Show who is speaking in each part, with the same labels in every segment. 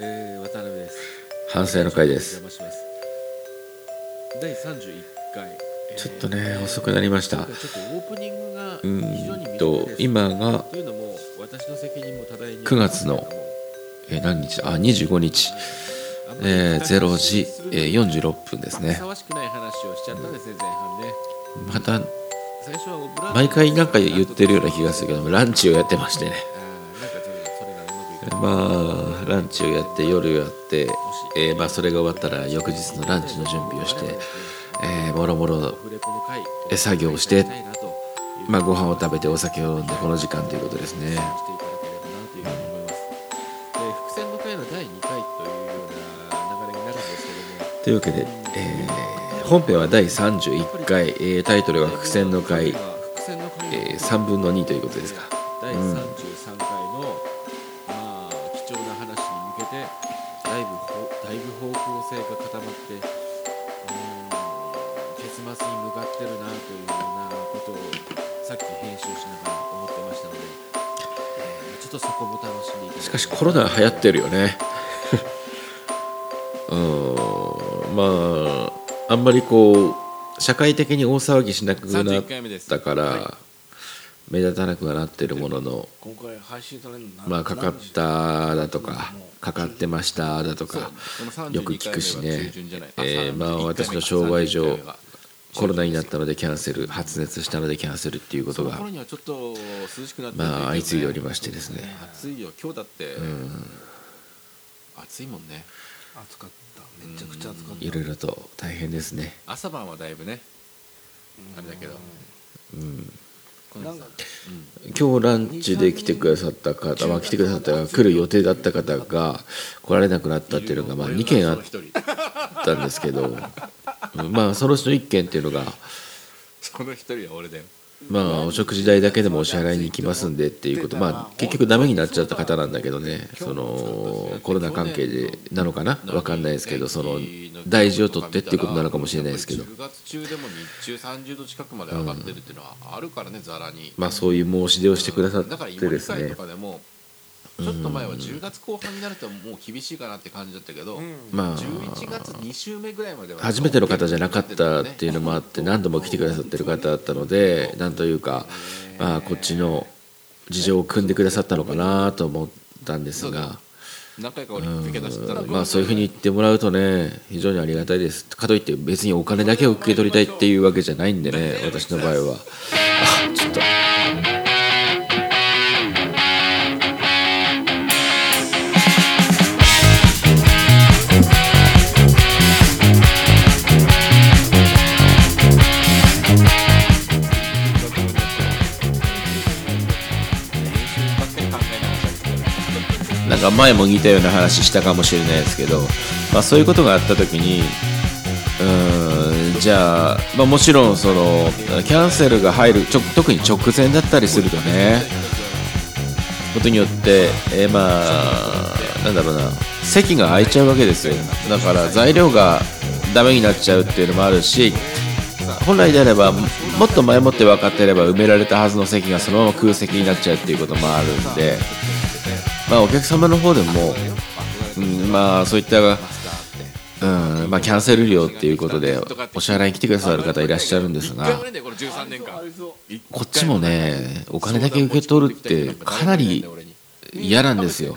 Speaker 1: えー、渡辺です。
Speaker 2: 反省の回です
Speaker 1: お邪魔します。第三十一回。
Speaker 2: ちょっとね遅くなりました
Speaker 1: 今回ちょっとオープニングが
Speaker 2: う
Speaker 1: 非常に
Speaker 2: ーん
Speaker 1: 短い
Speaker 2: と
Speaker 1: です。
Speaker 2: 今が
Speaker 1: というのも私の責任も多大に
Speaker 2: 9月のえー何日だあ25日、えー0時、えー46分です
Speaker 1: ね。ふ
Speaker 2: ね
Speaker 1: さわしくない話をしちゃったんですね前半ね。
Speaker 2: また
Speaker 1: 最初はオブラート
Speaker 2: 毎回なんか言ってるような気がするけどランチをやってましてね
Speaker 1: あーなんかちょっとそれがうまくいかない。
Speaker 2: まあランチをやって夜やって、えーまあ、それが終わったら翌日のランチの準備をして、えー、もろもろ
Speaker 1: フレコの回
Speaker 2: え作業をしてまあ、ご飯
Speaker 1: を
Speaker 2: を食べてお酒を飲んでこの時間ということですね
Speaker 1: していただければなというふうに思います。えー伏線の回の第2回というような流れになるんですけども、
Speaker 2: というわけで、えー本編は第31回、えータイトルは「伏線の回」
Speaker 1: 伏線の回の
Speaker 2: えー、3分の2ということですか
Speaker 1: 第
Speaker 2: うん
Speaker 1: 33回の、まあ貴重な話に向けてだいぶほだいぶ方向性が固まってうーん結末に向かってるなというようなことをさっき編集しながら思ってましたので、えーちょっとそこも楽しんでいただければ
Speaker 2: しかしコロナ流行ってるよね うーんまああんまりこう社会的に大騒ぎしなくなっ
Speaker 1: 31回目です
Speaker 2: たから、
Speaker 1: は
Speaker 2: 目立たなくはなってるものの
Speaker 3: 今回配信されるの
Speaker 2: まあかかっただとかかかってましただとか
Speaker 1: そう
Speaker 2: よく聞くし
Speaker 1: 32回目は
Speaker 2: ね
Speaker 1: 中旬じゃない、あ
Speaker 2: えー
Speaker 1: 32
Speaker 2: まあ
Speaker 1: 回目か
Speaker 2: 私の障害
Speaker 1: 32
Speaker 2: 上
Speaker 1: 回目が
Speaker 2: コロナになったのでキャンセル発熱したのでキャンセルっていうこと
Speaker 1: その
Speaker 2: が
Speaker 1: 頃にはちょっと涼しくなってるんだけどね
Speaker 2: まあ相次いでおりましてですね
Speaker 1: 暑いよ今日だって、暑いもんね
Speaker 3: 暑かっためちゃくちゃ暑かった
Speaker 2: いろいろと大変ですね
Speaker 1: 朝晩はだいぶねあれだけどうん
Speaker 3: なんか
Speaker 2: 今日ランチで来てくださった方、まあ、来てくださった方来る予定だった方が来られなくなったっていうのが、まあ、2件あっ
Speaker 1: 一人
Speaker 2: たんですけど、うんまあ、そのうちの1件っていうのが、
Speaker 1: その一人は俺 だよ
Speaker 2: まあ、お食事代だけでもお支払いに行きますんでっていうこと、まあ、結局ダメになっちゃった方なんだけどねそのコロナ関係でなのかな分かんないですけどその大事を取ってっていうことなのかもしれないですけど
Speaker 1: やっ。ぱり10月中でも日中30度近くまで上がってるっていうのはあるからねざらに
Speaker 2: まあ、そういう申し出をしてくださっ
Speaker 1: だから
Speaker 2: て
Speaker 1: 今理
Speaker 2: です
Speaker 1: 解
Speaker 2: ね
Speaker 1: とかでもちょっと前は10月後半になるともう厳しいかなって感じだったけど、
Speaker 2: まあ
Speaker 1: 11月2週目ぐらいまでは
Speaker 2: 初めての方じゃなかったっていうのもあって何度も来てくださってる方だったのでなんというかまあこっちの事情を組んでくださったのかなと思ったんですが
Speaker 1: 何回か俺受け出してたのに
Speaker 2: まあそういうふうに言ってもらうとね非常にありがたいですかといって別にお金だけを受け取りたいっていうわけじゃないんでね私の場合はあちょっとなんか前も似たような話したかもしれないですけど、まあ、そういうことがあった時にうーんじゃあ、まあ、もちろんそのキャンセルが入るちょ特に直前だったりするとねことによって、えーまあなんだろうな席が空いちゃうわけですよだから材料がダメになっちゃうっていうのもあるし本来であればもっと前もって分かってれば埋められたはずの席がそのまま空席になっちゃうっていうこともあるんで。まあ、お客様の方でも、うんまあ、そういった、うんまあ、キャンセル料っていうことでお支払いに来てくださる方いらっしゃるんです
Speaker 1: 一回も
Speaker 2: が
Speaker 1: ねえんだよこれ13年間
Speaker 2: こっちもねお金だけ受け取るってかなり嫌なんですよ、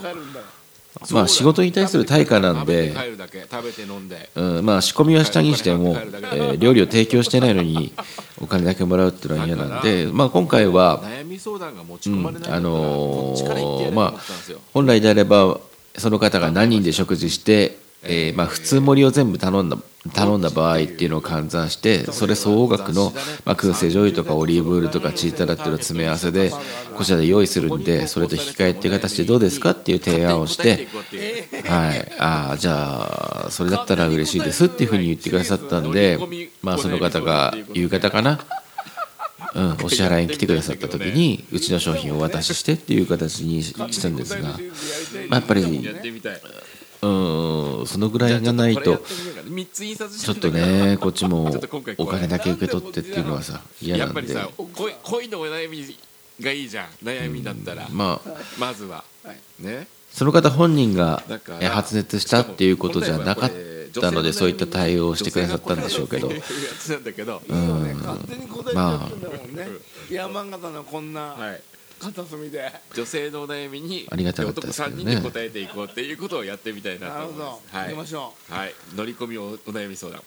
Speaker 2: まあ、仕事に対する対価なんで
Speaker 1: 食べて帰るだけ食べて飲んで
Speaker 2: うんまあ、仕込みはしたにしても、えー料理を提供してないのにお金だけもらうっていうのは嫌なんで、まあ、今回は
Speaker 1: 悩み相談が持ち込まれないんだから
Speaker 2: あの
Speaker 1: こっちから言ってや
Speaker 2: ー
Speaker 1: れと思
Speaker 2: まあ
Speaker 1: ったんですよ、
Speaker 2: 本来であればその方が何人で食事して、えーまあ、普通盛りを全部頼んだ頼んだ場合っていうのを換算してそれ相応額の、まあ、燻製醤油とかオリーブオイルとかチータラっていうのを詰め合わせでこちらで用意するんでそれと引き換えっていう形でどうですかっていう提案をして、はい、ああじゃあそれだったら嬉しいですっていうふうに言ってくださったんで、まあ、その方が夕方かなうん、お支払いに来てくださった時にうちの商品をお渡ししてっていう形にしたんですが、まあ、やっぱり
Speaker 1: やってみたい
Speaker 2: うんそのぐらいがないと
Speaker 1: 3つ印刷し
Speaker 2: ちょ
Speaker 1: て
Speaker 2: っとねこっちもお金だけ受け取ってっていうのはさ嫌
Speaker 1: や
Speaker 2: な
Speaker 1: っぱ
Speaker 2: ん
Speaker 1: り
Speaker 2: で
Speaker 1: さ恋恋のお悩みがいいじゃん悩みだったら、
Speaker 2: まあ
Speaker 1: まずは、ね
Speaker 2: その方本人が
Speaker 1: だから
Speaker 2: え発熱したっていうことじゃなかったのでそういった対応をしてくださったんでしょうけど
Speaker 1: 女性の悩みにやつなんだけど
Speaker 3: いいよね勝手に答えちゃってんだもんね山形のこんな
Speaker 1: はい
Speaker 3: 片隅で
Speaker 1: 女性のお悩みに
Speaker 2: ありがたかったですけどね
Speaker 1: 男3人で答えていこうっていうことをやってみたいな
Speaker 3: な
Speaker 1: と
Speaker 3: る
Speaker 1: 思
Speaker 3: ほ
Speaker 1: います。は
Speaker 3: ど行きま
Speaker 1: い
Speaker 3: しょ
Speaker 1: はい、乗り込みおお悩み相談、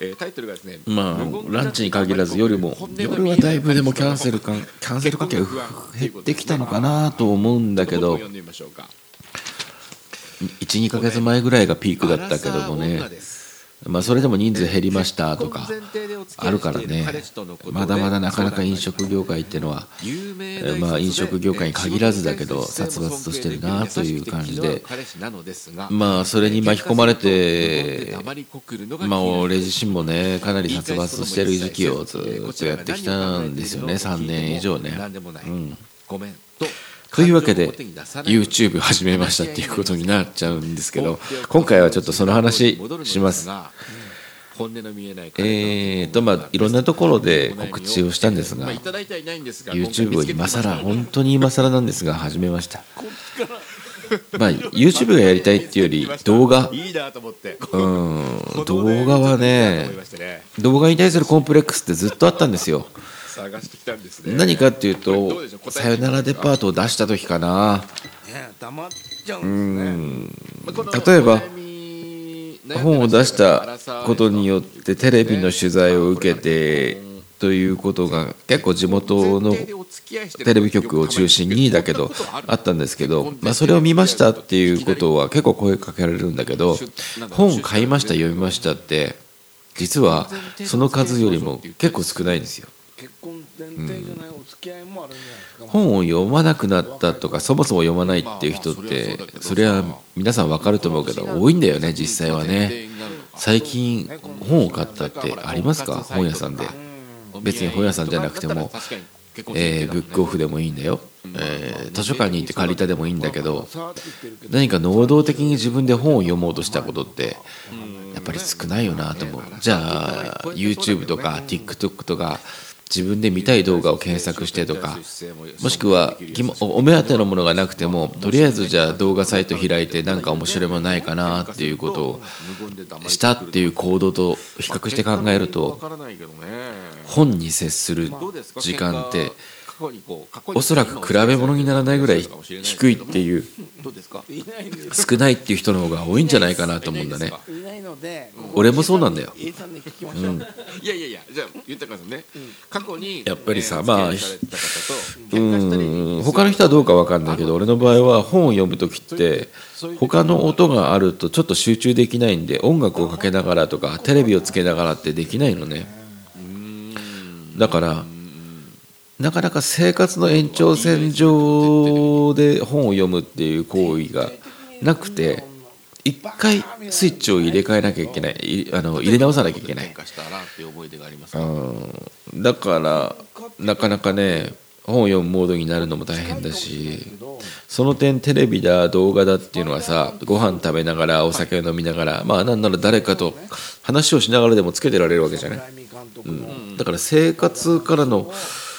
Speaker 1: えータイトルがですね、
Speaker 2: ま
Speaker 1: 無言
Speaker 2: あ
Speaker 1: になっ
Speaker 2: ランチに限らず夜も
Speaker 1: 本音が見えない
Speaker 2: 夜はだいぶでもキャンセルかキャンセルかけが減ってきたのかなと思うんだけ
Speaker 1: どこ
Speaker 2: ど
Speaker 1: 読んでみましょうか
Speaker 2: 12ヶ月前ぐらいがピークだったけども
Speaker 1: アラサー
Speaker 2: ね
Speaker 1: 女です
Speaker 2: まあそれでも人数減りましたとか
Speaker 1: 結婚前提でお付き合
Speaker 2: あ
Speaker 1: い
Speaker 2: る
Speaker 1: して
Speaker 2: か
Speaker 1: い
Speaker 2: らね
Speaker 1: 彼氏とのことで
Speaker 2: まだまだなかなか飲食業界ってのは
Speaker 1: 有名
Speaker 2: えーまあ飲食業界に限らずだけど殺伐としてるなという感じでまあそれに巻き込まれてまあ俺自身もねかなり殺伐としてる時期をずっとやってきたんですよね3年以上ねうん
Speaker 1: ごめんと
Speaker 2: というわけで YouTube 始めましたっていうことになっちゃうんですけど今回はちょっとその話します
Speaker 1: 本音の見えない
Speaker 2: えーとまあいろんなところで告知をしたんですが
Speaker 1: まあいただいてはいないんですが
Speaker 2: YouTube を今更本当に今更なんですが始めましたまあ YouTube
Speaker 1: YouTube
Speaker 2: が
Speaker 1: が
Speaker 2: や
Speaker 1: や
Speaker 2: り
Speaker 1: り
Speaker 2: た
Speaker 1: た
Speaker 2: い
Speaker 1: い
Speaker 2: っ
Speaker 1: ってて
Speaker 2: い
Speaker 1: いうう
Speaker 2: よ
Speaker 1: よ
Speaker 2: り
Speaker 1: り
Speaker 2: 動
Speaker 1: 動
Speaker 2: 画
Speaker 1: 画
Speaker 2: うん動
Speaker 1: 動
Speaker 2: 画
Speaker 1: 画
Speaker 2: は
Speaker 1: は
Speaker 2: ね
Speaker 1: ね
Speaker 2: 動画に対するコンプレックスってずっとあったんですよ
Speaker 1: 探してきたんです
Speaker 2: 何かっていう
Speaker 1: どうでしょう
Speaker 2: と「
Speaker 1: 答え
Speaker 2: さよならデパート」を出した時かな
Speaker 3: うね黙っちゃうんですね
Speaker 2: 例
Speaker 1: 例
Speaker 2: え
Speaker 1: え
Speaker 2: ば
Speaker 1: ば
Speaker 2: 本
Speaker 1: 本
Speaker 2: を
Speaker 1: を
Speaker 2: 出
Speaker 1: 出
Speaker 2: し
Speaker 1: した
Speaker 2: たこ
Speaker 1: ことと
Speaker 2: に
Speaker 1: によ
Speaker 2: よってテレビの取材を受けてということが結構地元のテ
Speaker 1: テレ
Speaker 2: レビ
Speaker 1: ビ
Speaker 2: 局
Speaker 1: 局
Speaker 2: を
Speaker 1: を
Speaker 2: 中
Speaker 1: 中
Speaker 2: 心
Speaker 1: 心
Speaker 2: に
Speaker 1: に
Speaker 2: だ
Speaker 1: だ
Speaker 2: け
Speaker 1: け
Speaker 2: ど
Speaker 1: ど
Speaker 2: あ
Speaker 1: あ
Speaker 2: っ
Speaker 1: ったた
Speaker 2: ん
Speaker 1: ん
Speaker 2: で
Speaker 1: ですす
Speaker 2: け
Speaker 1: け
Speaker 2: ど
Speaker 1: ど、
Speaker 2: ま
Speaker 1: ま
Speaker 2: あ、
Speaker 1: あ、
Speaker 2: そ
Speaker 1: そ
Speaker 2: れ
Speaker 1: れ
Speaker 2: を
Speaker 1: を
Speaker 2: 見
Speaker 1: 見
Speaker 2: ま
Speaker 1: ま
Speaker 2: し
Speaker 1: したたっ
Speaker 2: っ
Speaker 1: てて
Speaker 2: い
Speaker 1: いうう
Speaker 2: こ
Speaker 1: ことと
Speaker 2: は
Speaker 1: は
Speaker 2: 結構声かけられるんだけど本買いました読みましたって実はその数よりも結構少ないんですよ
Speaker 3: 結婚前提じゃないお付き合いもあるんじゃないですかもう
Speaker 2: 本を読まなくなったとかそもそも読まないっていう人ってそれは皆さんわかると思うけど多いんだよね実際はね最近本を買ったってありますか本屋さんで、別に本屋さんじゃなくてもえーブックオフでもいいんだよ、えー図書館に行って借りたでもいいんだけど
Speaker 3: さーって言ってるけど
Speaker 2: 何か能動的に自分で本を読もうとしたことってやっぱり少ないよなと思うじゃあ YouTube とか TikTok とか自分で見たい動画を検索してとかもしくは疑問おお目当てのものがなくてもとりあえずじゃあ動画サイト開いてなんか面白いものないかなっていうことをしたっていう行動と比較して考えると本に接する時間っておそらく比べ物にならないぐらい低いっていう
Speaker 1: どうですか
Speaker 3: いないんです
Speaker 2: 少ないっていう人の方が多いんじゃないかなと思うんだね
Speaker 3: いないのでここ
Speaker 2: 俺もそうなんだよ
Speaker 3: A さんに聞きましょう、
Speaker 1: いやいやいやじゃあ言ってくださいね、過去に
Speaker 2: やっぱりさ
Speaker 1: えー
Speaker 2: まあ
Speaker 1: 付き合いされてた方と
Speaker 2: うん他の人はどうか分かんないけど俺の場合は本を読む時って他の音があるとちょっと集中できないんで音楽をかけながらとかテレビをつけながらってできないのねだからなかなか生活の延長線上で本を読むっていう行為がなくて一回スイッチを入れ替えなきゃいけないいあの入れ直さなきゃいけない
Speaker 1: 変化したらっていう思い出がありますか
Speaker 2: うんだからなかなかね本を読むモードになるのも大変だしその点テレビだ動画だっていうのはさご飯食べながらお酒を飲みながらまあなんなら誰かと話をしながらでもつけてられるわけじゃない、
Speaker 3: ライミ監督
Speaker 2: う
Speaker 3: の
Speaker 2: ん、だから生活からの、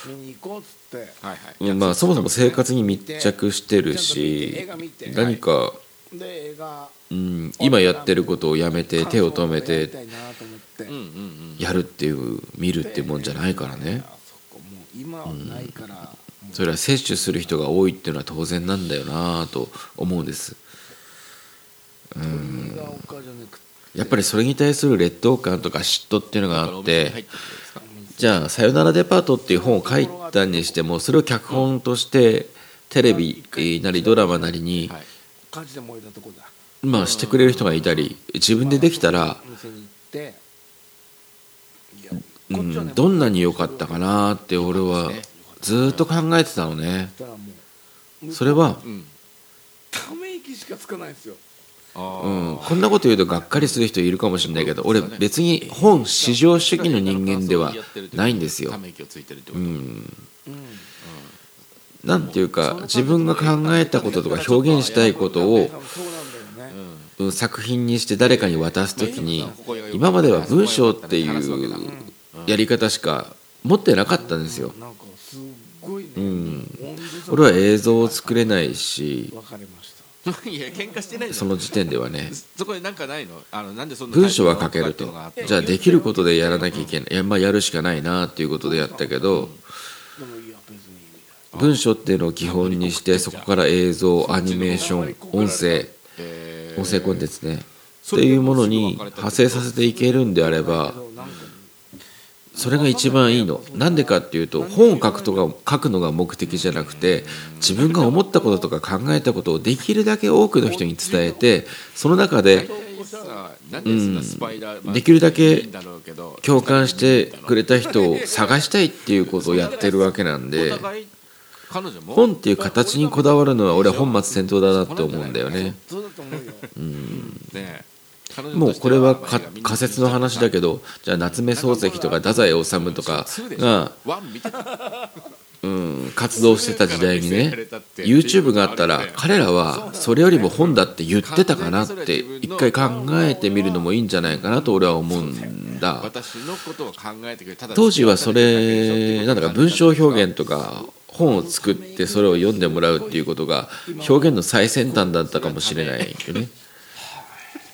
Speaker 3: 見に行こうっつって
Speaker 1: はいはい
Speaker 2: うんまあ、そもそも生活に密着してるし何か、
Speaker 3: で映画
Speaker 2: うん、今やってることをやめて手を止め
Speaker 3: やり
Speaker 2: て
Speaker 3: たいなと思って、
Speaker 1: うんうんうん
Speaker 2: やるっていう見るってもんじゃないからね
Speaker 3: あそこもう今はないから、
Speaker 2: それは摂取する人が多いっていうのは当然なんだよなぁと思うんです
Speaker 3: 映画おかじゃなくて
Speaker 2: やっぱりそれに対する劣等感とか嫉妬っていうのがあってじゃあ「さよならデパート」っていう本を書いたにしてもそれを脚本としてテレビなりドラマなりに
Speaker 1: はい
Speaker 3: 火事で燃えたとこだ
Speaker 2: まあしてくれる人がいたり自分でできたら
Speaker 3: 店に行っていや
Speaker 2: う
Speaker 3: こっちはね
Speaker 2: んどんなに良かったかなって俺はずーっと考えてたのね
Speaker 3: そしたらもう
Speaker 2: それは
Speaker 1: うん
Speaker 3: ため息しかつかないですよ
Speaker 1: あ
Speaker 2: う
Speaker 1: ー
Speaker 2: ん、こんなこと言うとがっかりする人いるかもしれないけど俺別に本至上主義の人間ではないんですよ
Speaker 1: た、め息をついてるってこ
Speaker 2: う
Speaker 1: と
Speaker 2: ん、
Speaker 3: うん
Speaker 2: なんていうか自分が考えたこととか表現したいことを
Speaker 3: 多分そうなんだよね、
Speaker 2: うん作品にして誰かに渡す時に
Speaker 1: ここがよく
Speaker 2: 今までは文章って
Speaker 1: 話すわけ
Speaker 2: い
Speaker 1: だ
Speaker 2: うやり方しか持ってなかったんですよ
Speaker 3: なんかすっごいね、
Speaker 2: ん
Speaker 3: 温度差
Speaker 2: 俺は映像を作れないし
Speaker 3: 分かりました
Speaker 1: いや喧嘩してないじゃ
Speaker 2: そ
Speaker 1: ん
Speaker 2: の時点ではね
Speaker 1: そこでなんかないのあのなんでそんな
Speaker 2: 文章は書ける
Speaker 1: タ
Speaker 2: と
Speaker 1: イトルがあって
Speaker 2: じゃあできることでやらなきゃいけないいやまあやるしかないなっていうことでやったけど
Speaker 3: でもいや別に
Speaker 2: 文章っていうのを基本にしてそこから映像アニメーション音声
Speaker 1: えー
Speaker 2: 音声コンテンツねっ
Speaker 1: そ
Speaker 2: て
Speaker 1: れ
Speaker 2: いうものに派生させていけるんであればそれが一番いいのなんでかっていうと本を書くとか書くのが目的じゃなくて自分が思ったこととか考えたことをできるだけ多くの人に伝えてその中で
Speaker 1: さなんでそんなスパイダー、
Speaker 2: できるだけ
Speaker 1: いいんだろうけど
Speaker 2: 共感してくれた人を探したいっていうことをやってるわけなん
Speaker 1: お
Speaker 2: で
Speaker 1: 互い彼女も
Speaker 2: 本っていう形にこだわるのは俺は本末転倒だなって思うんだよね
Speaker 3: そうだと思うよ
Speaker 1: ね彼女
Speaker 2: も
Speaker 1: と
Speaker 2: う
Speaker 1: して
Speaker 2: これは
Speaker 1: まあ
Speaker 2: か仮説の話だけどじゃあ夏目漱石とか太宰治とか
Speaker 1: そうでしょ
Speaker 2: が、
Speaker 1: ワン見てた
Speaker 2: うん、活動してた時代にね
Speaker 1: そういうから
Speaker 2: YouTube があったら彼らはそれよりも本だって言ってたかなって一回考えてみるのもいいんじゃないかなと俺は思うんだ
Speaker 1: 私のことを考えてくれただ
Speaker 2: 当時はそれなんだか文章表現とか本を作ってそれを読んでもらうっていうことが表現の最先端だったかもしれないよね。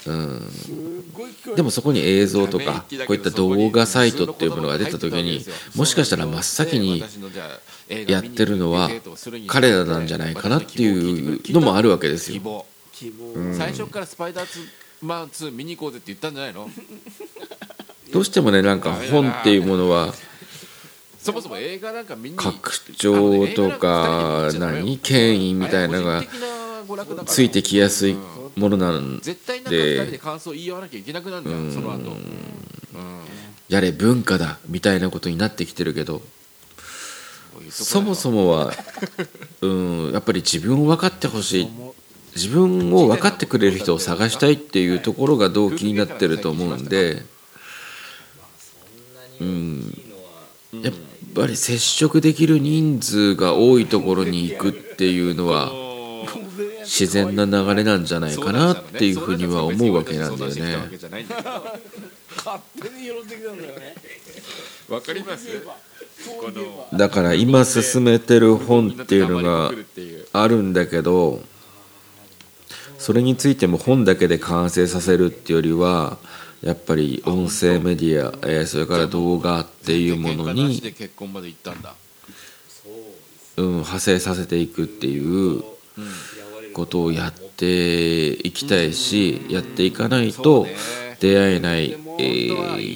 Speaker 2: うん、でもそこに映像とかこういった動画サイトっていうものが出た時にもしかしたら真っ先にやってるのは彼らなんじゃないかなっていうのもあるわけですよ
Speaker 1: 希。望
Speaker 3: 希望
Speaker 1: 最初からスパイダーツマン2見に行こうぜって言ったんじゃないの
Speaker 2: どうしてもねなんか本っていうものは
Speaker 1: そもそも映画なんか見に
Speaker 2: 拡張とか何権威みたいなのがついてきやすいものなん
Speaker 1: 絶対なんか2人で感想言い合わなきゃいけなくなるじゃんその後
Speaker 2: やれ文化だみたいなことになってきてるけどそもそもはうんやっぱり自分を分かってほしい自分を分かってくれる人を探したいっていうところが動機になってると思うんで、うん、やっぱり接触できる人数が多いところに行くっていうのは自然な流れなんじゃないかなっていうふうには思うわけなんだよね。
Speaker 3: 勝手に寄ってきたんだよね
Speaker 1: わかります
Speaker 3: そういえ
Speaker 2: だから今進めてる本っていうのがあるんだけどそれについても本だけで完成させるっていうよりはやっぱり音声メディア、えーそれから動画っていうもの
Speaker 1: 喧嘩なしで
Speaker 2: に、
Speaker 1: 結婚まで行ったんだ
Speaker 2: うん、派生させていくっていうことをやっていきたいしやっていかないと出会えない、えー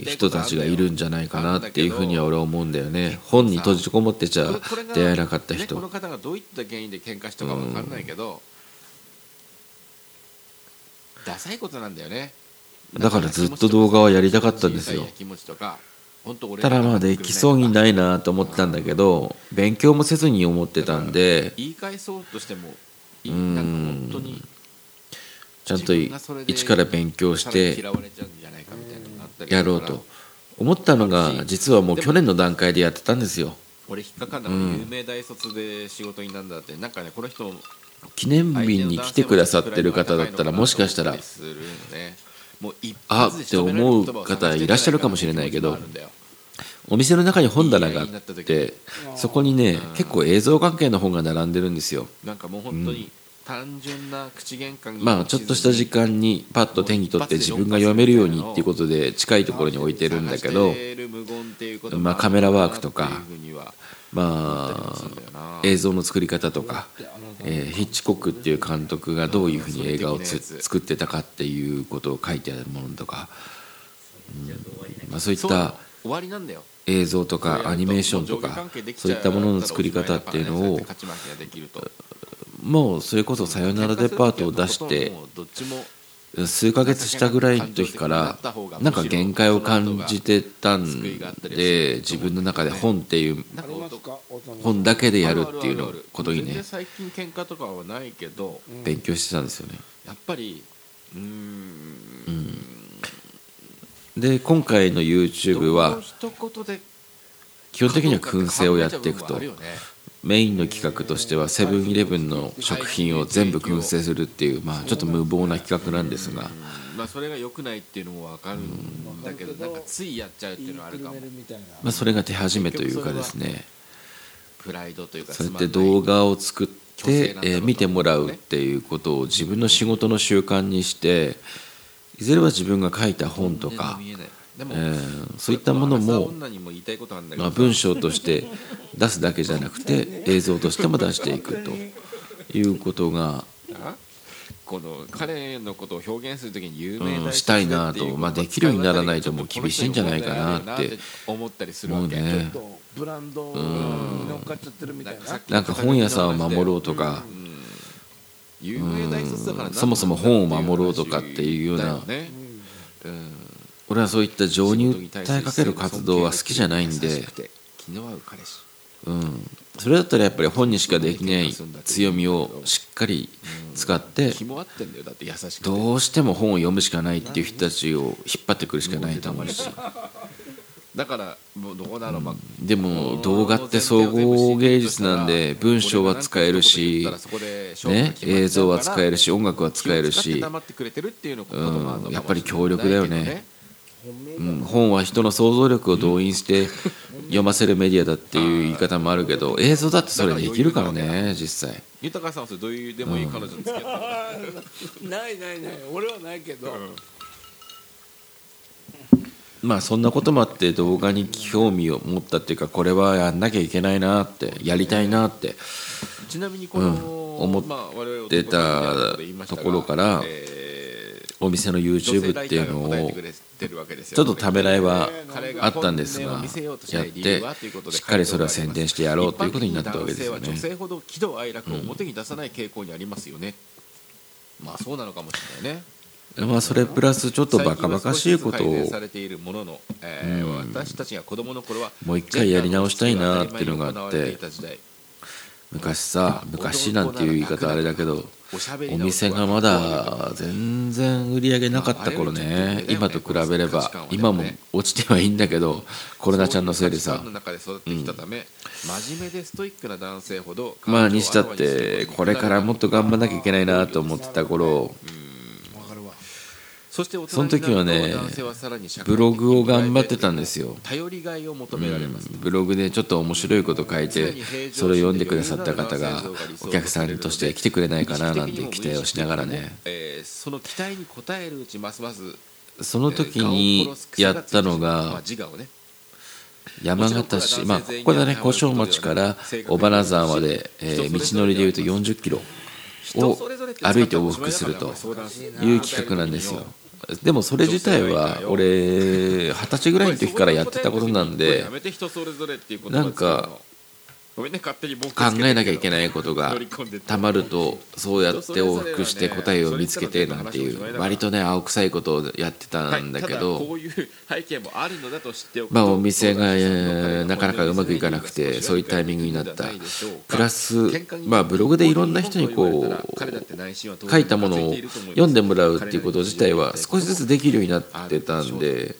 Speaker 2: 人たちがいるんじゃないかなっていうふうには俺は思うんだよね本に閉じこもってちゃ
Speaker 1: これこれが
Speaker 2: 出会えなかった
Speaker 1: ね
Speaker 2: 人
Speaker 1: この方がどういった原因で喧嘩したかわかんないけどダサいことなんだよね
Speaker 2: だからずっと動画はやりたかったんですよ
Speaker 1: 小さい気持ちとか本当俺
Speaker 2: ただまあできそうにないなと思ってたんだけど勉強もせずに思ってたんで
Speaker 1: 言い返そうとしてもい
Speaker 2: ん
Speaker 1: なんか本当に
Speaker 2: ちゃんとい一から勉強し
Speaker 1: さら
Speaker 2: て
Speaker 1: に嫌われちゃうんじゃないかみたいなのがあったり
Speaker 2: やろうと思ったのが実はもう去年の段階でやってたんですよ
Speaker 1: 俺引っかかんだから有名大卒で仕事になんだってなんかねこの人
Speaker 2: 記念日に来てくださってる方だったらもしかしたら
Speaker 1: あ
Speaker 2: お店の中に本棚があってそこにね結構映像関係の本が並んでるんですよ
Speaker 1: なんかもう本当に単純な口喧嘩に
Speaker 2: まあちょっとした時間にパッと手に取って自分が読めるようにっていうことで近いところに置いてるんだけどまあカメラワークとかまあ映像の作り方とか、えーヒッチコックっていう監督がどういうふうに映画をつ作ってたかっていうことを書いてあるものとか、うんまあ、そういっ
Speaker 1: そう
Speaker 2: た
Speaker 1: 終わりなんだよ
Speaker 2: 映像とかアニメーションとかそういったものの作り方っていうのをもうそれこそ「さよならデパート」を出して数ヶ月したぐらいの時からなんか限界を感じてたんで自分の中で本っていう
Speaker 1: なん
Speaker 3: ばありますか大人
Speaker 2: 本だけでやるっていうのことに
Speaker 1: 全然
Speaker 2: ね
Speaker 1: 最近喧嘩とかはないけど
Speaker 2: 勉強してたんですよね
Speaker 1: やっぱりうーん
Speaker 2: で今回の YouTube は
Speaker 1: どの一言で
Speaker 2: 基本的には燻製をやっていく
Speaker 1: 考えち
Speaker 2: と
Speaker 1: ゃう部分はあるよね
Speaker 2: メインの企画としてはセブンイレブンの食品を全部燻製するっていうまあちょっと無謀な企画なんですが
Speaker 1: うんまあそれが良くないっていうのも分かるんだけどなんかついやっちゃうっていうのはあるかも
Speaker 3: いいみたいな
Speaker 2: まあそれが手始めというかですね
Speaker 1: プライドというか
Speaker 2: そうやって動画を作っ
Speaker 1: 強制
Speaker 2: で
Speaker 1: なんだろうと
Speaker 2: えー見てもらうっていうことを自分の仕事の習慣にしていずれは自分が書いた本とか
Speaker 1: 全然、見えないでも、
Speaker 2: えーそういったもの
Speaker 1: それこ
Speaker 2: も
Speaker 1: そ女にも言いたいことあるんだけ
Speaker 2: ま
Speaker 1: ど、
Speaker 2: あ、文章として出すだけじゃなくて映像としても出していくということが、
Speaker 1: あこの彼のことを表現するときに有名
Speaker 2: うん
Speaker 1: だ
Speaker 2: したいなと、まあ、できるようにならないともう厳しいんじゃないかなって
Speaker 1: 思ったりする
Speaker 2: 思
Speaker 1: わ
Speaker 2: う
Speaker 1: け、
Speaker 2: ね
Speaker 3: とブランドに乗っかっちゃってるみたいな
Speaker 1: さっき
Speaker 2: なんか本屋さんを守ろうとか、
Speaker 1: 有名大卒だからなんだ
Speaker 2: そもそも本を守ろうとかっていうような
Speaker 1: だねうん
Speaker 2: 俺はそういった情に訴えかける活動は好きじゃないん
Speaker 1: 優し
Speaker 2: で
Speaker 1: く、て気の合う彼氏
Speaker 2: うん、それだったらやっぱり本にしかできない強みをしっかり使って
Speaker 1: 気も合ってんだよだって優しくて
Speaker 2: どうしても本を読むしかないっていう人たちを引っ張ってくるしかないと思うし。
Speaker 1: だからもうどうだろう、まあ
Speaker 2: でも動画って総合芸術なんで文章は使えるし、ね、映像は使えるし音楽は使えるし、うん、やっぱり協力だよね、うん、本は人の想像力を動員して読ませるメディアだっていう言い方もあるけど映像だってそれできるからね実際
Speaker 1: 豊川さんはそれどういうでもいい彼女の付き合いだっ
Speaker 3: ないないない俺はないけど、
Speaker 2: まあそんなこともあって動画に興味を持ったっていうかこれはやんなきゃいけないなってやりたいなって
Speaker 1: たちなみにこの、
Speaker 2: うん思
Speaker 1: まあ我々
Speaker 2: ってたところから
Speaker 1: えー
Speaker 2: お店の YouTube っていうの
Speaker 1: 女性ライターが答え
Speaker 2: を
Speaker 1: てくれてるわけですよ
Speaker 2: ちょっとためらいは
Speaker 1: 彼が
Speaker 2: あったんです
Speaker 1: 本音を
Speaker 2: が
Speaker 1: 見せようとしな
Speaker 2: やっ
Speaker 1: い理由
Speaker 2: て
Speaker 1: はということで
Speaker 2: しっかりそれは宣伝してやろうということになったわけですよ
Speaker 1: 一般的に男
Speaker 2: ね
Speaker 1: 性は女性ほど喜怒哀楽を表に出さない傾向にありますよね、まあそうなのかもしれないね
Speaker 2: まあそれプラスちょっとバカバカしいこと
Speaker 1: 最近は少しずつ改善さ
Speaker 2: を
Speaker 1: れているものの、えー私たちが子供の頃は
Speaker 2: もう一回やり直したいなっていうのがあって
Speaker 1: ジェンダーの意識が当たり前に行われていた時代
Speaker 2: 昔さ昔なんていう言い方あれだけど
Speaker 1: おしゃべり
Speaker 2: お
Speaker 1: な
Speaker 2: 店がまだ全然売り上げなかった頃ね今と比べれば今も落ちてはいいんだけどコロナちゃんのせいで
Speaker 1: そう
Speaker 2: さ
Speaker 1: う価値観の中で育ってきたため、真面目でストイックな男性ほど
Speaker 2: まあにしたっ
Speaker 1: 感情をあわにする
Speaker 2: て
Speaker 1: こと
Speaker 2: これからもっと頑張んなきゃいけないなと思ってた頃
Speaker 3: わかるわ
Speaker 1: そして大
Speaker 2: そ
Speaker 1: 人
Speaker 2: の
Speaker 1: になると
Speaker 2: 時はね
Speaker 1: 男性はさらに社会的
Speaker 2: ブログを頑張ってたんですよ
Speaker 1: 頼りがいを求められます、
Speaker 2: ブログでちょっと面白いこと書いてそれを読んでくださった方がお客さんとして来てくれないかななんて期待をしながらね
Speaker 1: えーその期待に応えるうちますます
Speaker 2: その時にやったの
Speaker 1: まあ
Speaker 2: が
Speaker 1: 自我をね
Speaker 2: 山形市まあここだね五所町から尾花沢まで、えー道のりでいうと40キロを歩いて往復するという企画なんですよでもそれ自体は俺二十歳ぐらいの時からやってたことなんで
Speaker 1: やめて人それぞれっていう言葉
Speaker 2: なんか
Speaker 1: ごめんね勝手に僕
Speaker 2: 考えなきゃいけないことが
Speaker 1: 乗り込んでって
Speaker 2: たまるとそうやって往復して答えを見つけてなんていう割とね青臭いことをやってたんだけ
Speaker 1: はいただ
Speaker 2: ど
Speaker 1: こういう背景もあるのだと知っておくと
Speaker 2: まあお店がえーなかなかうまくいかなくてそういうタイミングになったプラスまあブログでいろんな人にこう書いたものを読んでもらうっていうこと自体は少しずつできるようになってたんで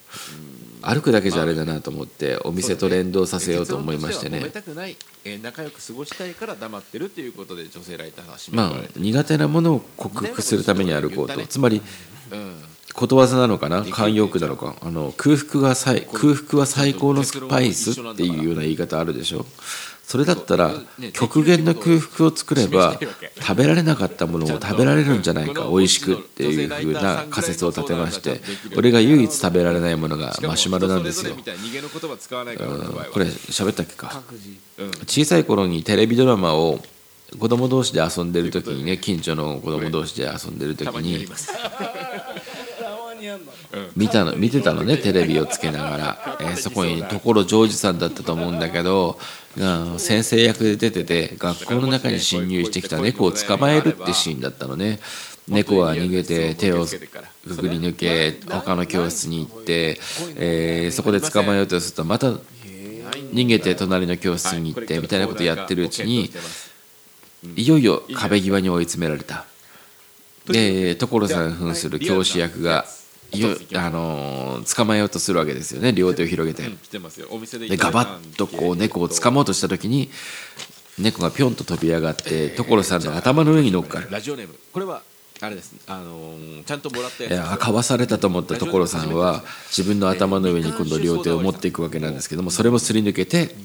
Speaker 2: 歩くだけじゃあれだなと思ってお店と連動させようと思いまし
Speaker 1: 結
Speaker 2: てね
Speaker 1: 論としては揉めたくないえー仲良く過ごしたいから黙ってるということで女性ライターが締め
Speaker 2: まあ
Speaker 1: られて
Speaker 2: 苦手なものを克服するために歩こうとつまり
Speaker 1: うん
Speaker 2: ことわざなのかな慣用句なのかあの空腹が最空腹は最高のスパイスっていうような言い方あるでしょそれだったら極限の空腹を作れば食べられなかったものを食べられるんじゃないか美味しくっていうふうな仮説を立てまして俺が唯一食べられないものがマシュマロなんです
Speaker 1: 人それぞれ
Speaker 2: よ
Speaker 1: みたいな逃げの言葉使わないから僕の場合は
Speaker 2: これ喋ったっけか
Speaker 3: 各自
Speaker 1: うん
Speaker 2: 小さい頃にテレビドラマを子供同士で遊んでる時にね近所の子供同士で遊んでる時
Speaker 1: たまにやり
Speaker 2: に
Speaker 1: ます
Speaker 3: たまにやんの
Speaker 2: 見たの見てたのねテレビをつけながら、えーそこに所ジョージさんだったと思うんだけどが先生役で出てて学校の中に侵入してきた猫を捕まえるってシーンだったのね猫は逃げて手をくぐり抜け他の教室に行って、えーそこで捕まえようとするとまた逃げて隣の教室に行ってみたいなことやってるうちにいよいよ壁際に追い詰められた。で所さん扮する教師役がいよあのー捕まえようとするわけですよね両手を広げて
Speaker 1: うん来てますよお店で
Speaker 2: でガバッとこう猫を掴もうとした時に猫がピョンと飛び上がって所さんの頭の上に乗っかる
Speaker 1: ラジオネームこれはあれですあのーちゃんともらった
Speaker 2: いやかわされたと思った所さんは自分の頭の上に今度両手を持っていくわけなんですけどもそれもすり抜けて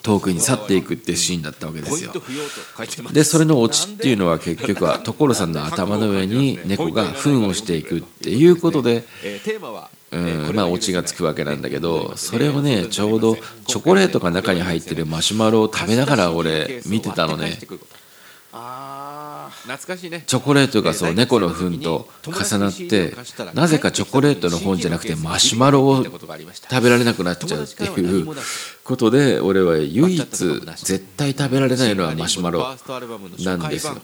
Speaker 2: 遠くに去っていくっていうシーンだったわけで
Speaker 1: ポイ
Speaker 2: す
Speaker 1: ン
Speaker 2: よ
Speaker 1: ト不要と書いてます
Speaker 2: でそれのオチっていうのは結局は所さんの頭の上に猫が糞をしていくっていうことで、
Speaker 1: えーテーマは、えー
Speaker 2: う
Speaker 1: こ
Speaker 2: ん
Speaker 1: れ
Speaker 2: ま
Speaker 1: は許せな
Speaker 2: あ
Speaker 1: い
Speaker 2: オチがつくわけなんだけどそれをねちょうどチョコレートが中に入ってるマシュマロを食べながら俺見てたのね
Speaker 3: あ
Speaker 1: 懐かしいね
Speaker 2: チョコレートがそう猫の糞と重なってなぜかチョコレートの本じゃなくてマシュマロを食べられなくなっちゃうっていうことで俺は唯一絶対食べられないのはマシュマロなんですよ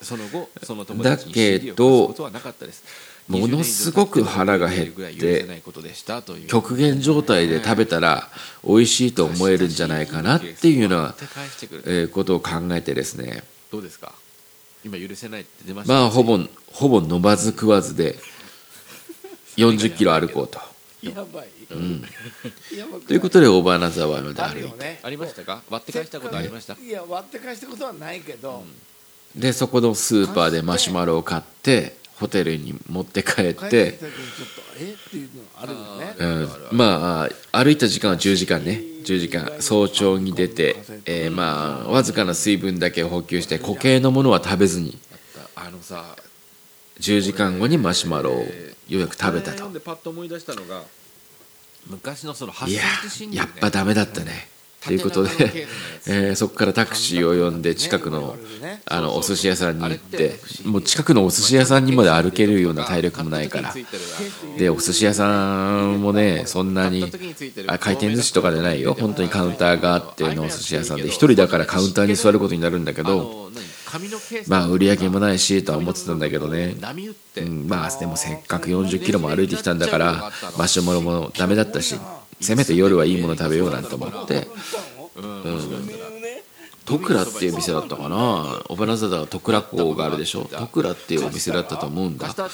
Speaker 1: その後その友
Speaker 2: だ
Speaker 1: 達に CD
Speaker 2: け
Speaker 1: を貸すこ
Speaker 2: ど
Speaker 1: とはなかったです
Speaker 2: ものすごく腹が減って
Speaker 1: 20年以上経っても許せないことでしたという
Speaker 2: 極限状態で食べたら美味しいと思えるんじゃないかなっていうような
Speaker 1: 手返してくる
Speaker 2: えーことを考えてですね
Speaker 1: どうですか今許せないって出ました
Speaker 2: まあほぼほぼ飲まず食わずで40キロ歩こうと。
Speaker 3: ーやばい、やばくない
Speaker 2: ということでオーバーナザーは
Speaker 3: あ
Speaker 2: あ
Speaker 3: る
Speaker 2: る
Speaker 3: よね
Speaker 1: ありましたか割って返したことありました
Speaker 3: いや割って返したことはないけど、
Speaker 2: でそこのスーパーでマシュマロを買ってホテルに持って帰っ
Speaker 3: 帰って
Speaker 2: て
Speaker 3: きた時にちょっとえっていうのあるよね
Speaker 2: うん、まあ歩いた時間は10時間ね10時間早朝に出て、えーまあわずかな水分だけ補給して固形のものは食べずに
Speaker 1: あのさ
Speaker 2: 10時間後にマシュマロをようやく食べた
Speaker 1: これ
Speaker 2: と
Speaker 1: 読んでパッと思い出したのが昔のその
Speaker 2: い
Speaker 1: 発
Speaker 2: や
Speaker 1: 想
Speaker 2: やっぱダメだったねということで
Speaker 1: 縦長のケースの や、つ
Speaker 2: えーそこからタクシーを呼んで近くのあのお寿司屋さんに行ってもう近くのお寿司屋さんにまで歩けるような体力もないからでお寿司屋さんもねそんなにあ回転寿司とかじゃないよ本当にカウンターがあってのお寿司屋さんで一人だからカウンターに座ることになるんだけどまあ売り上げもないしとは思ってたんだけどね
Speaker 1: 波打って、
Speaker 2: うん、まあでもせっかく40キロも歩いてきたんだからマシュマロもダメだったしせめて夜はいいもの食べようなんて思ってトクラっていう店だったかなオペラ座だはトクラ港があるでしょトクラっていうお店だったと思うんだそ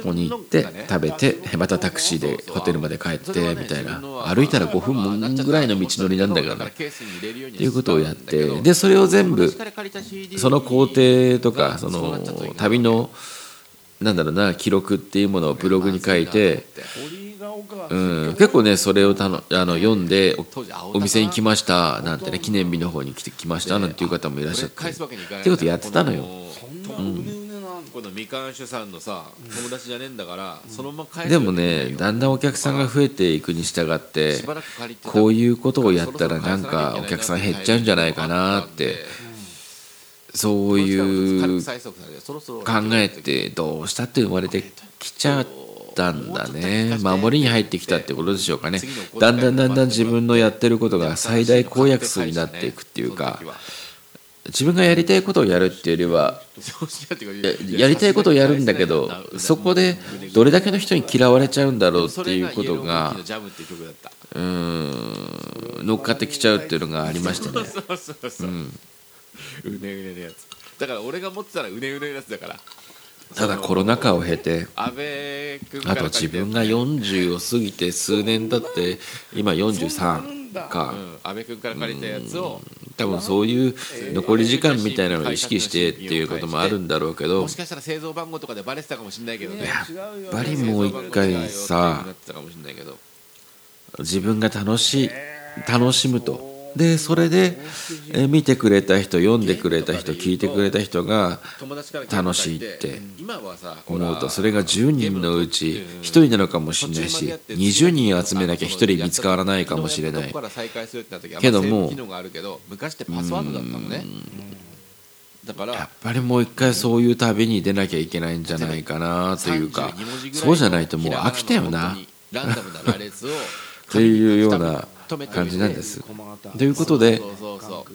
Speaker 2: こに行って食べてまたタクシーでホテルまで帰ってみたいな歩いたら5分もんぐらいの道のりなんだからね
Speaker 1: ケースに入れるように
Speaker 2: っていうことをやってでそれを全部その工程とかその旅のなんだろうな記録っていうものをブログに書いて、
Speaker 3: 鳥が丘は
Speaker 2: うん、結構ねそれをたのあの読んで
Speaker 1: 当時青
Speaker 2: おお店に来ましたなんてね記念日の方に来て来ましたなんていう方もいらっしゃって
Speaker 1: 返すわけにいかない
Speaker 2: ってことやってたのよ
Speaker 3: そんなうねうねなの、
Speaker 1: このみかん酒さんのさ友達じゃねえんだから、そのまま返す
Speaker 2: でもねだんだんお客さんが増えていくに従って
Speaker 1: しばらく借りてた
Speaker 2: こういうことをやったらなんかお客さん減っちゃうんじゃないかなってそういう考えてどうしたって生まれてきちゃったんだね守りに入ってきたってことでしょうかねだんだんだんだん自分のやってることが最大公約数になっていくっていうか自分がやりたいことをやるっていうよりはややりたいことをやるんだけどそこでどれだけの人に嫌われちゃうんだろうっていうことがうーん乗っかってきちゃうっていうのがありましたね
Speaker 1: そうそうそう、うねうねのやつだから俺が持ってたらうねうねのやつだから
Speaker 2: ただコロナ禍を経て
Speaker 1: 安倍君から
Speaker 2: あと自分が40を過ぎて数年経って今43か
Speaker 1: うん安倍君から借りたやつを
Speaker 2: 多分そういう残り時間みたいなのを意識してっていうこともあるんだろうけど
Speaker 1: もしかしたら製造番号とかでバレてたかもしれないけどね
Speaker 3: 違うよ
Speaker 2: やっぱりもう一回さ
Speaker 1: なってたかもしれないけど
Speaker 2: 自分が楽しい楽しむとでそれでえ見てくれた人読んでくれた人聞いてくれた人が
Speaker 1: 友達から
Speaker 2: 楽しいって
Speaker 1: 今はさ
Speaker 2: 思うとそ
Speaker 1: れ
Speaker 2: れが10人のうち1人なのかもしれないし20人集めなきゃ1人見つからないかもしれない
Speaker 1: け
Speaker 2: け
Speaker 1: ど
Speaker 2: ど
Speaker 1: も
Speaker 2: も
Speaker 1: 機能があるけど昔ってパスワードだったのねだから
Speaker 2: やっぱりもう一回そういう旅に出なきゃいけないんじゃないかなというか
Speaker 1: 32文字ぐらの
Speaker 2: そうじゃないともう飽きたよな
Speaker 1: 本当にランダムな羅列を
Speaker 2: っていうような感じなんです。
Speaker 3: 駒形
Speaker 2: ということで
Speaker 1: そうそうそう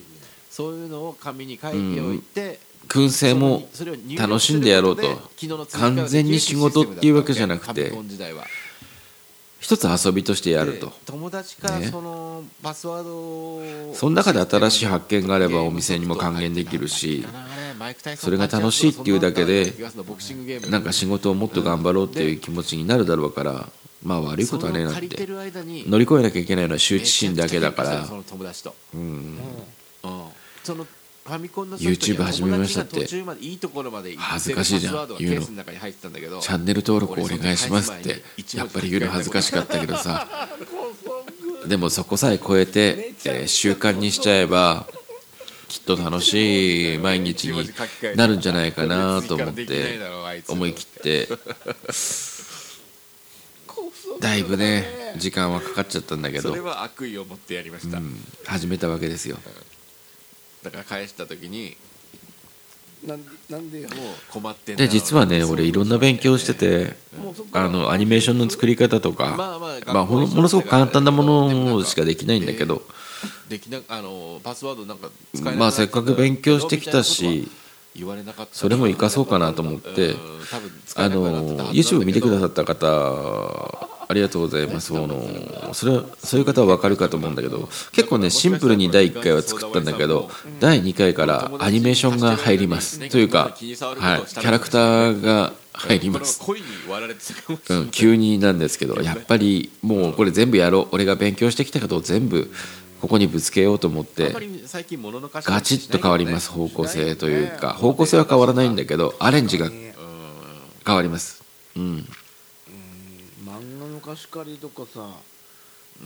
Speaker 1: そういうのを紙に書いておいて、
Speaker 2: 燻製も
Speaker 1: それを入力することで
Speaker 2: 楽しんでやろうと
Speaker 1: 昨日の追加で
Speaker 2: 完全に仕事っていうわけじゃなく
Speaker 1: カ
Speaker 2: て
Speaker 1: プコン時代は
Speaker 2: 一つ遊びとしてやると
Speaker 1: で友達から
Speaker 2: ね
Speaker 1: そのパスワードを
Speaker 2: その中で新しい発見があればお店にも還元できるしそれが楽しいっていうだけでなんか仕事をもっと頑張ろうっていう気持ちになるだろうからまあ悪いことはねえなって乗り越えなきゃいけないのは羞恥心だけだから
Speaker 1: その友達と、
Speaker 2: うん
Speaker 1: うんそのファミコンの
Speaker 2: YouTube 始めましたって
Speaker 1: 友達が途中までいいところまで行って
Speaker 2: 恥ずかしいじゃん
Speaker 1: パスワードがケ
Speaker 2: 言うの
Speaker 1: ースの中に入ってたんだけど
Speaker 2: チャンネル登録お願いしますってやっぱり言うの恥ずかしかったけどさでもそこさえ超えて、えー習慣にしちゃえばきっと楽しい毎日になるんじゃないかなと思って思い切ってだいぶね時間はかかっちゃったんだけど
Speaker 1: それ、は悪意を持ってやりました、
Speaker 2: うん始めたわけですよ
Speaker 1: だから返した時に
Speaker 3: なんでなんでよ
Speaker 1: もう困ってんだ
Speaker 2: で
Speaker 1: ろうな
Speaker 2: 実はね俺いろんな勉強してて
Speaker 3: もうそっか
Speaker 2: あ
Speaker 3: ら
Speaker 2: のアニメーションの作り方とか、
Speaker 1: まあまあ学校
Speaker 2: まあ、ほのものすごく簡単なものしかできないんだけ
Speaker 1: え
Speaker 2: ど、
Speaker 1: できなあのパスワードなんか使えなくなっちゃた
Speaker 2: まあせっかく勉強してきたし
Speaker 1: 言われなかった
Speaker 2: それも活かそうかなと思っ
Speaker 1: う
Speaker 2: て
Speaker 1: ん多分使え
Speaker 2: あ
Speaker 1: なくなってたはずな
Speaker 2: の
Speaker 1: んだけど
Speaker 2: YouTube 見てくださった方ありがとうございますそのそれはそういう方は分かるかと思うんだけど結構ねシンプルに第1回は作ったんだけど第2回からアニメーションが入りますというか、はい、キャラクターが入ります
Speaker 1: この恋に割られてたかもしれ
Speaker 2: う
Speaker 1: ない
Speaker 2: ん、急になんですけどやっぱりもうこれ全部やろう俺が勉強してきたことを全部ここにぶつけようと思っ
Speaker 1: あん
Speaker 2: て
Speaker 1: まり最近物の歌詞
Speaker 2: ガチッと変わります方向性というか方向性は変わらないんだけどアレンジが
Speaker 3: ね
Speaker 2: 変わります、うん、
Speaker 3: 漫画の貸し借りとかさ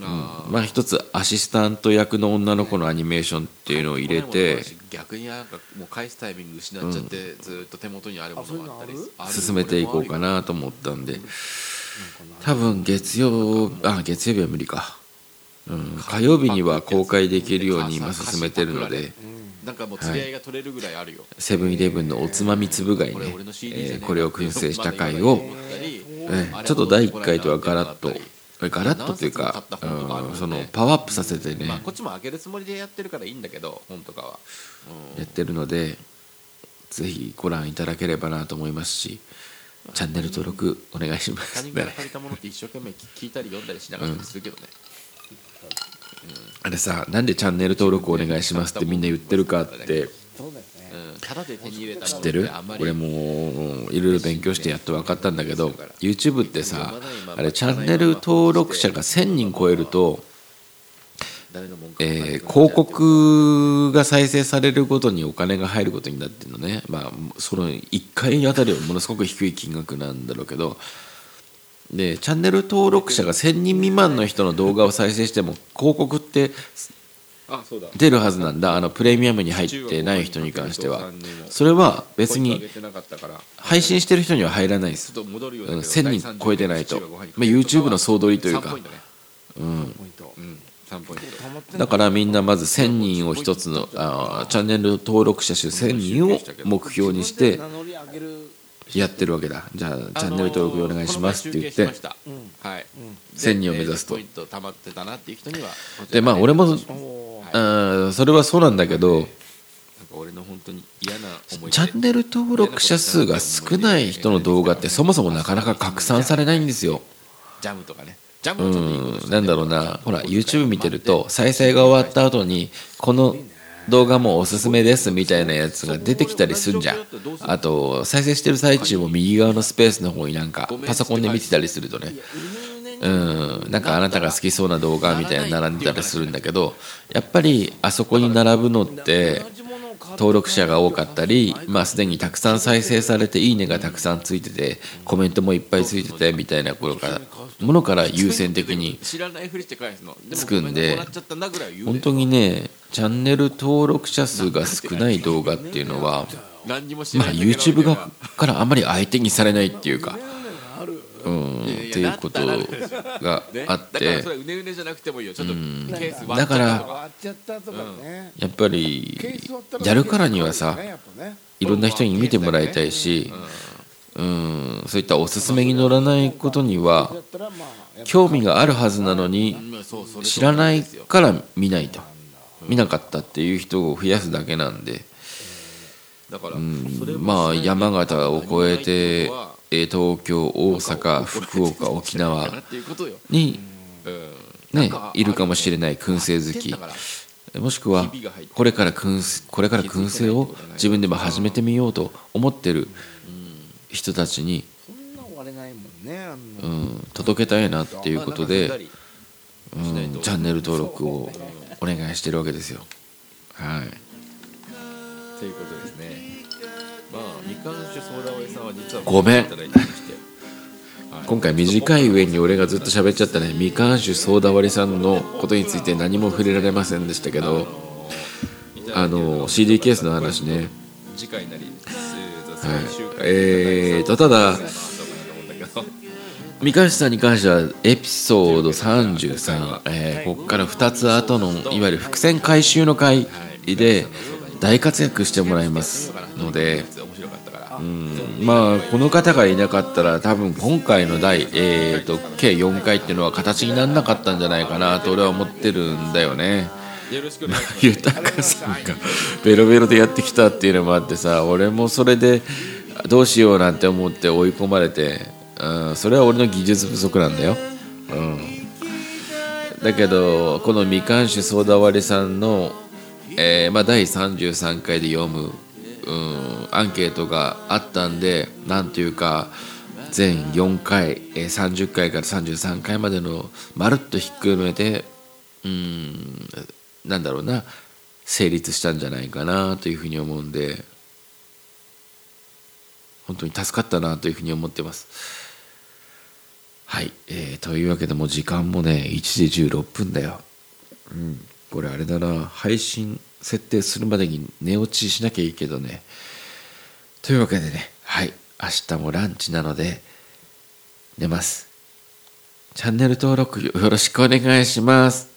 Speaker 1: あー
Speaker 2: まあ一つアシスタント役の女の子のアニメーションっていうのを入れて
Speaker 1: 逆になんかもう返すタイミング失っちゃって、ずっと手元にあるものがあったり
Speaker 3: あそういうの
Speaker 1: ある
Speaker 2: 進めていこうかなと思ったんで多分月曜あ月曜日は無理か、うん、火曜日には公開できるように今進めてるので。
Speaker 1: なんかもう付き合いが取れるぐらいあるよ、
Speaker 2: セブンイレブンのおつまみつぶ貝
Speaker 1: こ
Speaker 2: ね
Speaker 1: れ俺の CD じゃね
Speaker 2: え
Speaker 1: え
Speaker 2: ー
Speaker 1: か
Speaker 2: これを燻製した回を、えーちょっと第1回とはガラッとえガラッとというか、うん、そのパワーアップさせてね
Speaker 1: まあ、こっちも開けるつもりでやってるからいいんだけど本とかは、うん
Speaker 2: やってるのでぜひご覧いただければなと思いますしチャンネル登録お願いしま
Speaker 1: 他
Speaker 2: す
Speaker 1: 人
Speaker 2: ね
Speaker 1: から借りたものって一生懸命聞いたり読んだりしながらするけどね、
Speaker 2: あれさなんでチャンネル登録お願いしますってみんな言ってるかって
Speaker 3: そうだよね
Speaker 1: うんただで手に入れたもの
Speaker 2: 知ってる
Speaker 1: あんまり
Speaker 2: 俺もいろいろ勉強してやっと分かったんだけど YouTube ってさあれチャンネル登録者が1000人超えると
Speaker 1: 誰の文句も書い
Speaker 2: え
Speaker 1: て
Speaker 2: ー
Speaker 1: ない
Speaker 2: 広告が再生されるごとにお金が入ることになってるのね、まあ、その1回あたりはものすごく低い金額なんだろうけどでチャンネル登録者が1000人未満の人の動画を再生しても広告って
Speaker 1: あそうだ
Speaker 2: 出るはずなんだあのプレミアムに入ってない人に関してはそれは別
Speaker 1: ポイント上
Speaker 2: に
Speaker 1: げてなかったから
Speaker 2: 配信してる人には入らないです
Speaker 1: ちょっと戻るようだ
Speaker 2: う
Speaker 1: け
Speaker 2: ん
Speaker 1: ど
Speaker 2: 1000人超えてないと、
Speaker 1: 第35
Speaker 2: まあ、
Speaker 1: 杯
Speaker 2: YouTube の総取りという
Speaker 1: 3
Speaker 2: か
Speaker 1: ポイントね
Speaker 3: ポイント
Speaker 1: うん3ポイント
Speaker 3: 溜まってんの
Speaker 2: だからみんなまず1000人を一つのあーチャンネル登録者数1000人を目標にして
Speaker 3: 名乗り上げる
Speaker 2: やってるわけだじゃあチャンネル登録お願いしますって言って
Speaker 1: あのーこの前集計しましたはい
Speaker 2: 1000人を目指すと
Speaker 1: でえーポイント溜まってたなっていう人には
Speaker 2: でまあ俺もう
Speaker 3: おー
Speaker 2: んそれはそうなんだけど
Speaker 1: なんか俺の本当に嫌な思い出
Speaker 2: チャンネル登録者数が少ない人の動画ってそもそもなかなか拡散されないんですよ
Speaker 1: ジャムとかねジャム
Speaker 2: う
Speaker 1: はちょっといいことし
Speaker 2: ん
Speaker 1: て
Speaker 2: なんだろうなほら YouTube 見てると再生が終わった後にこの動画もおすすめですみたいなやつが出てきたりすんじゃんあと再生してる最中も右側のスペースの方になんかパソコンで見てたりするとねうんなんかあなたが好きそうな動画みたいなの並んでたりするんだけどやっぱりあそこに並ぶのって登録者が多かったり、まあ、すでにたくさん再生されて「いいね」がたくさんついててコメントもいっぱいついててみたいなことからものから優先的に
Speaker 1: 知らないふりして返すのでも
Speaker 2: つくん
Speaker 1: ごめ
Speaker 2: で
Speaker 1: なもらっちゃったなぐらいは言うね
Speaker 2: 本当にねチャンネル登録者数が少ない動画っていうのは、
Speaker 1: 何にも知ら
Speaker 2: まあ、
Speaker 1: ない
Speaker 2: YouTube がからあまり相手にされないっていうか、
Speaker 3: ある
Speaker 2: うん、っていうことが
Speaker 1: ね
Speaker 2: あ
Speaker 1: だか
Speaker 2: っ
Speaker 1: ら
Speaker 2: て
Speaker 1: それうねうねじゃなくてもいいよちょっとケース割
Speaker 2: だ
Speaker 1: っちゃ
Speaker 2: か
Speaker 1: った
Speaker 2: ら
Speaker 3: 割っちゃったとかね
Speaker 2: やっぱ
Speaker 3: ケー
Speaker 2: り
Speaker 3: ス割った
Speaker 2: やるからにはさ
Speaker 3: やっぱね
Speaker 2: いろんな人に見てもらいたいし、うん、そういったおすすめに乗らないことには
Speaker 3: やったらまあやっぱ
Speaker 2: 興味があるはずなのに
Speaker 1: うんそうそれ
Speaker 2: 知らない
Speaker 1: そうですよ
Speaker 2: から見ないと見なかったっていう人を増やすだけなんで、
Speaker 1: だから
Speaker 2: うん
Speaker 1: それを
Speaker 2: まあ
Speaker 1: しない
Speaker 2: 山形を越えて
Speaker 1: 何もないっ
Speaker 2: えー東京大阪
Speaker 1: て
Speaker 2: 福
Speaker 1: こと
Speaker 2: 岡
Speaker 1: は
Speaker 2: 沖
Speaker 1: だから
Speaker 2: 縄
Speaker 1: っていうことよ
Speaker 2: に
Speaker 1: うんなん
Speaker 2: ね
Speaker 1: か
Speaker 2: いるかもしれない燻製好
Speaker 1: だ
Speaker 2: き
Speaker 1: から
Speaker 2: もしくは
Speaker 1: ひびが入ってる
Speaker 2: これから燻製これから燻製を自分でも始めてみようと思ってる人たちに、
Speaker 3: そんな割れないもんねあ
Speaker 2: う
Speaker 3: んな
Speaker 2: ん、届けたいなっていうことで。
Speaker 1: まあなんか
Speaker 2: うん
Speaker 1: しないと
Speaker 2: チャンネル登録をお願いしてるわけですよ。はい。
Speaker 1: 踏ということですねまあみかん酒ソーダ割りさんは実は
Speaker 2: ごめん
Speaker 1: いただいてまして
Speaker 2: 今回短い上に俺がずっと喋っちゃったねみかん酒ソーダ割りさんのことについて何も触れられませんでしたけどあの CD ケースの話ね
Speaker 1: 次回なり、
Speaker 2: はい
Speaker 1: はい、週間
Speaker 2: えーとただ三橋さんに関してはエピソード33、えーここから2つ後のいわゆる伏線回収の回で大活躍してもらいますので、
Speaker 1: 面白かったから
Speaker 2: うんまあこの方がいなかったら多分今回の第、えー、と計4回っていうのは形にならなかったんじゃないかなと俺は思ってるんだよね。
Speaker 1: よろしくお願いします
Speaker 2: 豊さんが ベロベロでやってきたっていうのもあってさ俺もそれでどうしようなんて思って追い込まれて、うん、それは俺の技術不足なんだよ、うん、だけどこのみかん酒ソーダ割りさんの、えーまあ、第33回で読む、うん、アンケートがあったんでなんというか全4回、えー30回から33回までのまるっとひっくるめてうんなんだろうな成立したんじゃないかなというふうに思うんで本当に助かったなというふうに思ってますはい、えーというわけでもう時間もね1時16分だようんこれあれだな配信設定するまでに寝落ちしなきゃいいけどねというわけでねはい明日もランチなので寝ますチャンネル登録よろしくお願いします